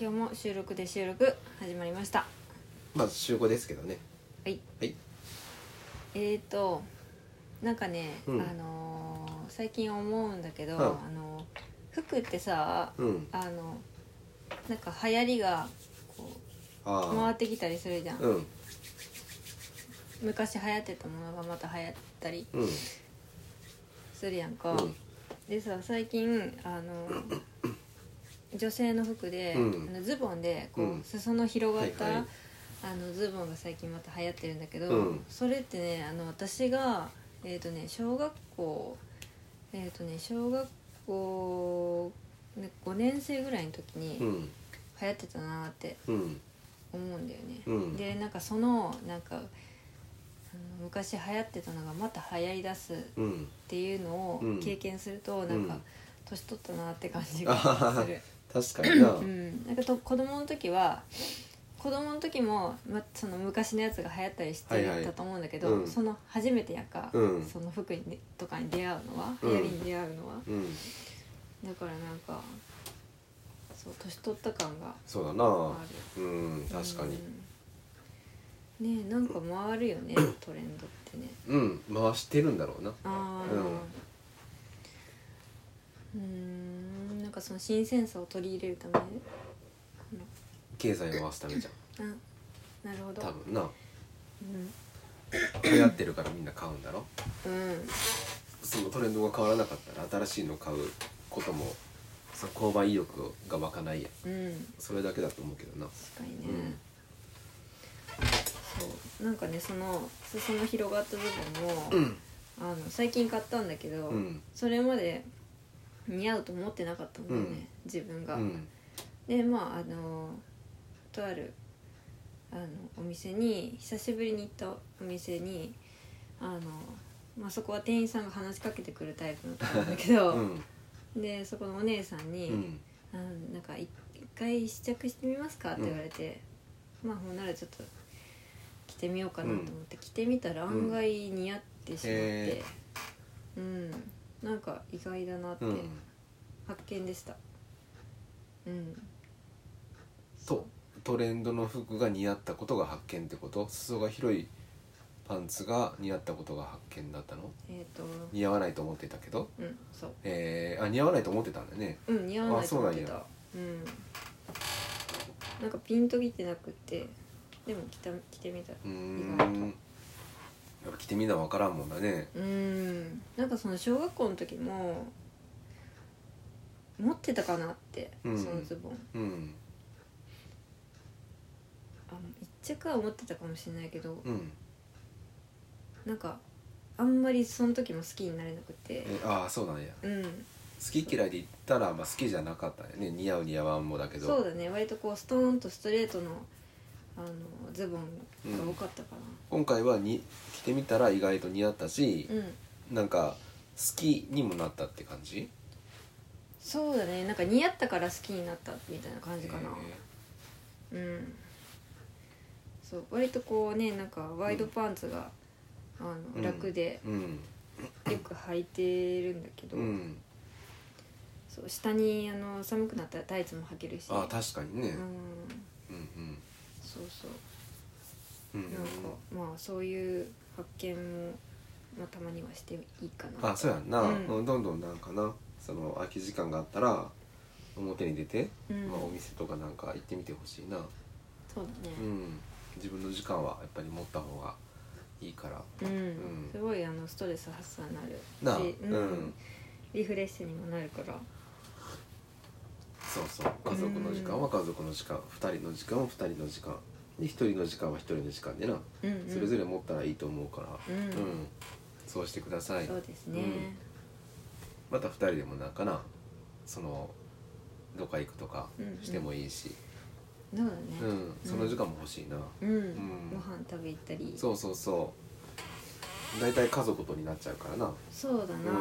今日も収録で収録始まりましたまあ週5ですけどねはいはいえーとなんかね、うんあのー最近思うんだけど、はいあのー服ってさうんあのなんか流行りがこう回あってきたりするじゃん、あうん昔流行ってたものがまた流行ったりうんするやんか、うんでさ最近あの女性の服で、うんあのズボンでこう、うん裾の広がった、はいはいあのズボンが最近また流行ってるんだけど、うんそれってねあの私がえっ、とね小学校えっ、とね小学校ね5年生ぐらいの時うにん流行ってたなってうん思うんだよね。うんでなんかそのなんかあの昔流行ってたのがまた流行り出すうんっていうのをうん経験すると、なんかうん年取ったなって感じがする、確かになうん、なんかと子供の時は子供の時も、ま、その昔のやつが流行ったりしはいはていたと思うんだけど、うんその初めてやんか、うんその服に、とかに出会うのはうん流行りに出会うのは、うんだからなんかそう年取った感がそうだなあうんる確かにうんねえなんか回るよねトレンドってねうん回してるんだろうなああうーんなんかその新鮮さを取り入れるため経済回すためじゃんあなるほど多分なうん、流行ってるからみんな買うんだろうん、そのトレンドが変わらなかったら新しいの買うこともその購買意欲が湧かないやんうん、それだけだと思うけどな確かにね、うんそうなんかねその裾の広がった部分を、あの最近買ったんだけど、うんそれまで似合うと思ってなかったんだよね、うん自分うが、んでまああのとあるあのお店に久しぶりに行ったお店にあの、まあ、そこは店員さんが話しかけてくるタイプの人なんだけうど、んでそこのお姉さんに「うんあのなんか一一回試着してみますか?」って言われて、まあほんならちょっと着てみようかなと思って、着てみたら案外似合ってしまってへ、うんなんか意外だなってうん発見でした。うんとトレンドの服が似合ったことが発見ってこと裾が広いパンツが似合ったことが発見だったのえっ、と似合わないと思ってたけどうんそうえー、あ似合わないと思ってたんだねうん似合わないあとそう思なっんやてたうんなんかピンときてなくってでも着た着てみたらうー意外とんやっぱ着てみな分からんもんだねうんなんかその小学校の時も持ってたかなって、うんそのズボンうんあの一着は持ってたかもしれないけどうんなんかあんまりその時も好きになれなくてえああそうなんやうん好き嫌いで言ったら、まあ、好きじゃなかったよね似合う似合わんもだけどそうだね割とこうストーンとストレートのあのズボンが多かったか今回はに着てみたら意外と似合ったしな、、うんなんか好きにもなったって感じそうだねなんか似合ったから好きになったみたいな感じかな、うんそう割とこうねなんかワイドパンツが、あうのん楽でえーうんよく履いてるんだけど、うんそう下にあの寒くなったらタイツも履けるしああ確かにね、うんうんうんそうそううんなんか、まあそういう発見も、まあ、たまにはしていいかなあそうやんな、うんうんどんどんなんかなその空き時間があったら表に出て、うんまあ、お店とかなんか行ってみてほしいな、そうだうねん、自分の時間はやっぱり持った方がいいからうん、うんすごいあのストレス発散になるなあしうん、リフレッシュにもなるからそうそう家族の時間は家族の時間2人の時間は2人の時間で1人の時間は1人の時間でな、うんうんそれぞれ持ったらいいと思うから、うんそうしてくださいそうですね、うんまた2人でもなんかなそのどっか行くとかしてもいいし、そうだねうんその時間も欲しいな、うん、んご飯食べ行ったりそうそうそう大体家族とになっちゃうからなそうだうな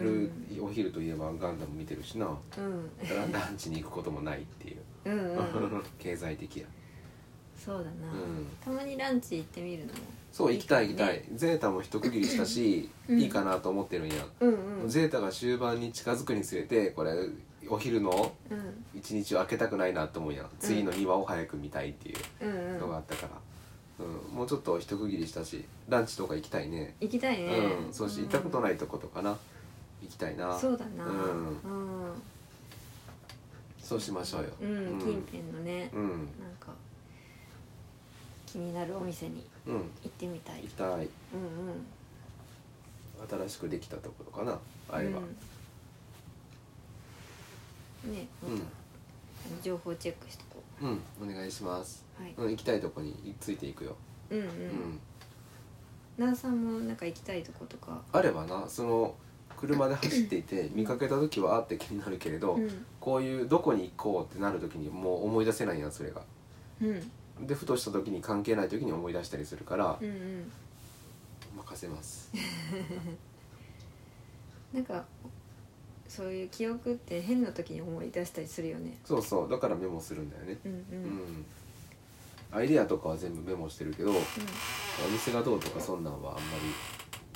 うん、ん昼、うお昼といえばガンダム見てるしな だからランチに行くこともないっていう、うんうん経済的やそうだな、うんたまにランチ行ってみるのもそう行きたい行いいきかもたねいゼータも一区切りしたし、うんいいかなと思ってるんや、うんうんゼータが終盤に近づくにつれてこれお昼のうん一日を空けたくないなと思うやん次の2話を早く見たいっていううんうのんがあったから、うんもうちょっと一区切りしたしランチとか行きたいね行きたいね、うんそうし行ったことないとことかな行きたいなそうだなうんうん、そうしましょうようんうん近辺のね、うんなんか気になるお店にうん行ってみたい行きたいうんうん新しくできたところかなあればうん、ねまうた、んあの情報チェックしとこうん、お願いします、うはい、うん、行きたいとこについていくようんうん、うん奈良さんもなんか行きたいとことかあればなその車で走っていて見かけた時はあって気になるけれど、うんこういうどこに行こうってなる時にもう思い出せないやんそれがうんでふとした時に関係ない時に思い出したりするからうんうん任せますなんかそういう記憶って変な時に思い出したりするよねそうそうだからメモするんだよねうんううんん、アイデアとかは全部メモしてるけどお店がどうとかそんなんはあんま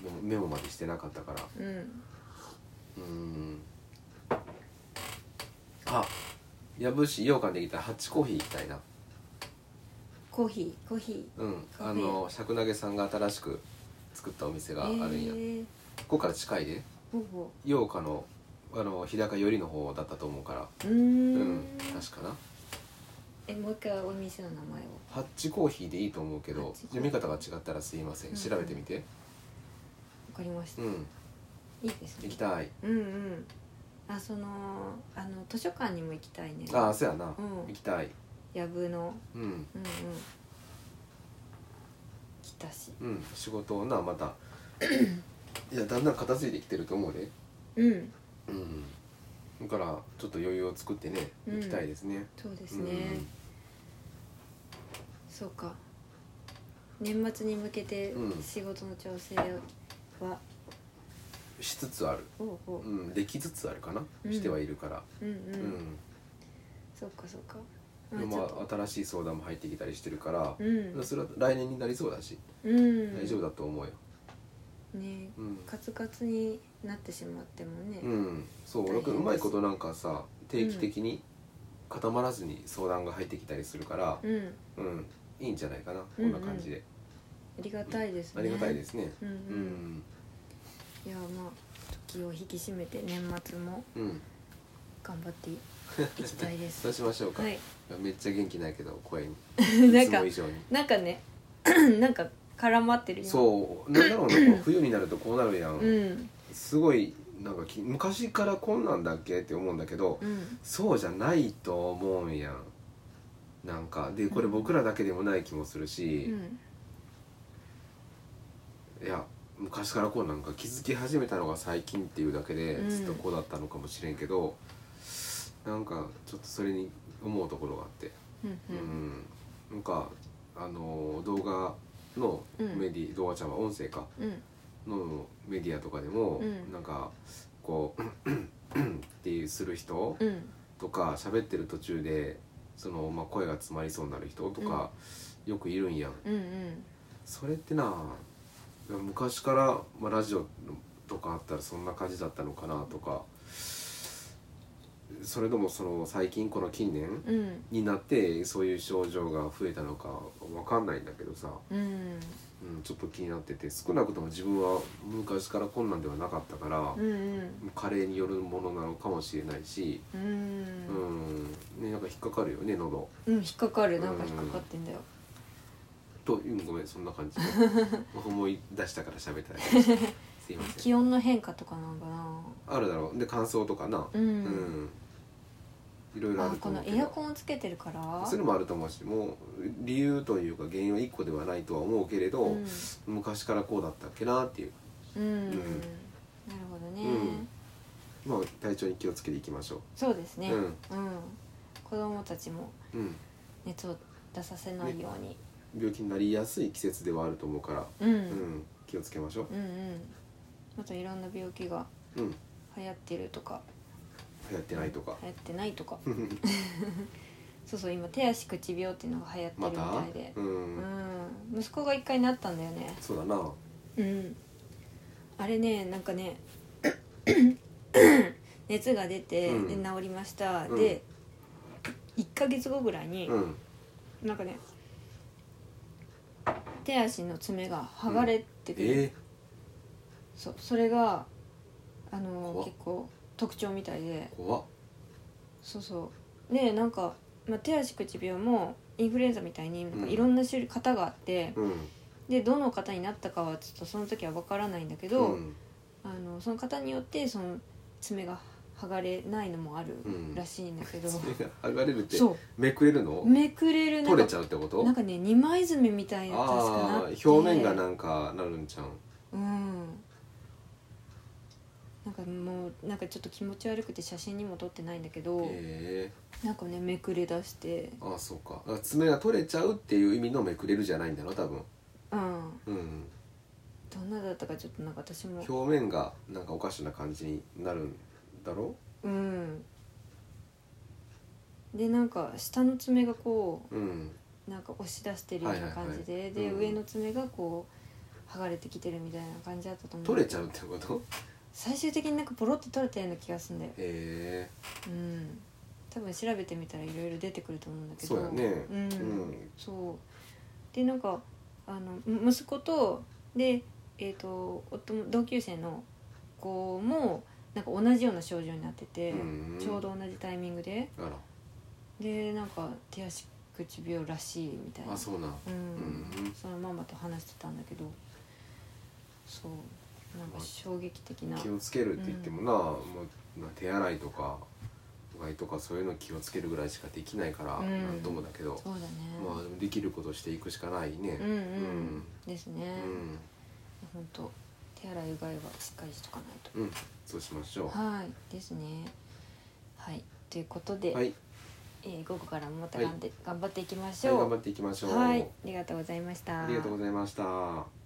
りメモメモまでしてなかったからうんうんうんあやぶし羊羹できたらハッチコーヒー行きたいなコーヒーコーヒうんカフェあのシャクナゲさんが新しく作ったお店ーがあるんや、えー、ここから近いでほうほ羊羹のあの日高寄りの方だったと思うからううーんうん確かなえもう一回お店の名前をハッチコーヒーでいいと思うけハッどチコーヒー読み方が違ったらすいません調べてみてわかりましうた、ん、いいです行ねきたいうんうんあそのあの図書館にも行きたいねああそうやな、うん行きたいやぶのうんうんうん来たしうん仕事をな またいやだんだん片付いてきてると思うでうんうんだからちょっと余裕を作ってねうん行きたいですね、そうですね、そうか年末に向けてうん仕事の調整は、うん、しつつある、おうおううん、できつつあるかな、うんしてはいるからうんううん、ん、そうかそうかでまあちょもっと新しい相談も入ってきたりしてるから、うん、それは来年になりそうだし、うん、大丈夫だと思うよねうんカツカツになってしまってもね、うん、そう大変なんかうまいですことなんかさ定期的に固まらずに相談が入ってきたりするから、うんうんいいんじゃないかなこんな感じで、ありがたいですねありがたいですねうんう、うんんいやまあ気を引き締めて年末もうん、頑張っていいきたいです そうしましょうか、はいいやめっちゃ元気ないけど声に ないんつかも以上になんかね なんか絡まってる今そうなんだろうねこう冬になるとこうなるやん、うんすごいなんかき昔からこんなんだっけって思うんだけど、うんそうじゃないと思うんやんなんかでこれ僕らだけでもない気もするし、うんいや昔からこうなんか気づき始めたのが最近っていうだけでうんずっとこうだったのかもしれんけど、なんかちょっとそれに思うところがあって、うんううんんなんかあの動画のうんメディ、動画ちゃんは音声かうんのメディアとかでも、うんなんかこうっていうする人うんとか喋ってる途中でその、まあ、声が詰まりそうになる人とか、よくいるんやん。うんうんそれってな昔から、まあ、ラジオとかあったらそんな感じだったのかなとかそれともその最近この近年うんになってそういう症状が増えたのかわかんないんだけどさ、うんうん、ちょっと気になってて少なくとも自分は昔からこんなんではなかったから、うん加齢によるものなのかもしれないし、ううんんね、なんか引っかかるよね喉うん引っかかるなんか引っかかってんだよと、うん、ごめんそんな 感じで思い出したから喋っただけでしたすいません。気温の変化とかなんかなあるだろうで乾燥とかなううん、んいろいろああるとこ思のうけどエアコンをつけてるからそういうのもあると思うしもう理由というか原因は1個ではないとは思うけれど、うん昔からこうだったっけなっていううんなるんほどねうんまあ体調に気をつけていきましょそうですう、ねうんうん子供たちもうん熱を出させないように病気になりやすい季節ではあると思うから、うんうん気をつけましょうんうんあといろんな病気がううん流行ってるとか 流行ってないとか、流行ってないとかそうそう今手足口病っていうのが流行ってるまみたたいで、ううんん息子が一回なったんだよねそうだなうんあれねなんか ね熱が出て、うんで治りました、うんで1ヶ月後ぐらいに、うんなんかね手足の爪が剥がれてくる、えそうそれがあの怖っ結構特徴みたいでー、怖っそうそうでなんか、まあ、手足口病もインフルエンザみたいになんかうんいろんな種類型があって、うんでどの方になったかはちょっとその時は分からないんだけど、んあのその方によってその爪が剥がれないのもあるうんらしいんだけど、爪が剥がれるってそめくれるうのめくれるなん取かれちゃうってことなんかね二枚爪みたいな確かなああっーて表面がなんかなるんじゃんうんなんかもうなんかちょっと気持ち悪くて写真にも撮ってないんだけど、えなんかねめくれ出してー、ああそうかだから爪が取れちゃうっていう意味のめくれるじゃないんだな多分うんうんどんなだったかちょっとなんか私も表面がなんかおかしな感じになるんだろうんでなんか下の爪がこうううんなんか押し出してるような感じで、はいはいはいで、うん上の爪がこう剥がれてきてるみたいな感じだったと思う取れちゃうってこと最終的になんかポロって取れたような気がするんだよへうえん多分調べてみたらいろいろ出てくると思うんだけどそうやねうん、うんそうでなんかあのむ息子とでえっ、とおと同級生の子もなんか同じような症状になってて、うんちょうど同じタイミングであでなんか手足口病らしいみたいらなあそうなんうんうんそのママと話してたんだけどそうなんか衝撃的な気をつけるって言ってもな、もうまあ手洗いとかうがいとかそういうの気をつけるぐらいしかできないから、うんなんともだけど、そうだね、まあでもできることしていくしかないねうんうん、うんですねう、ほん、んと手洗いうがいはしっかりしとかないとうんそうしましょはいですねはいということで、うはい、えー午後からもまた頑張って、頑張っていきましはい、ょ頑う張っていきましょう、はいありがとうございましたありがとうございました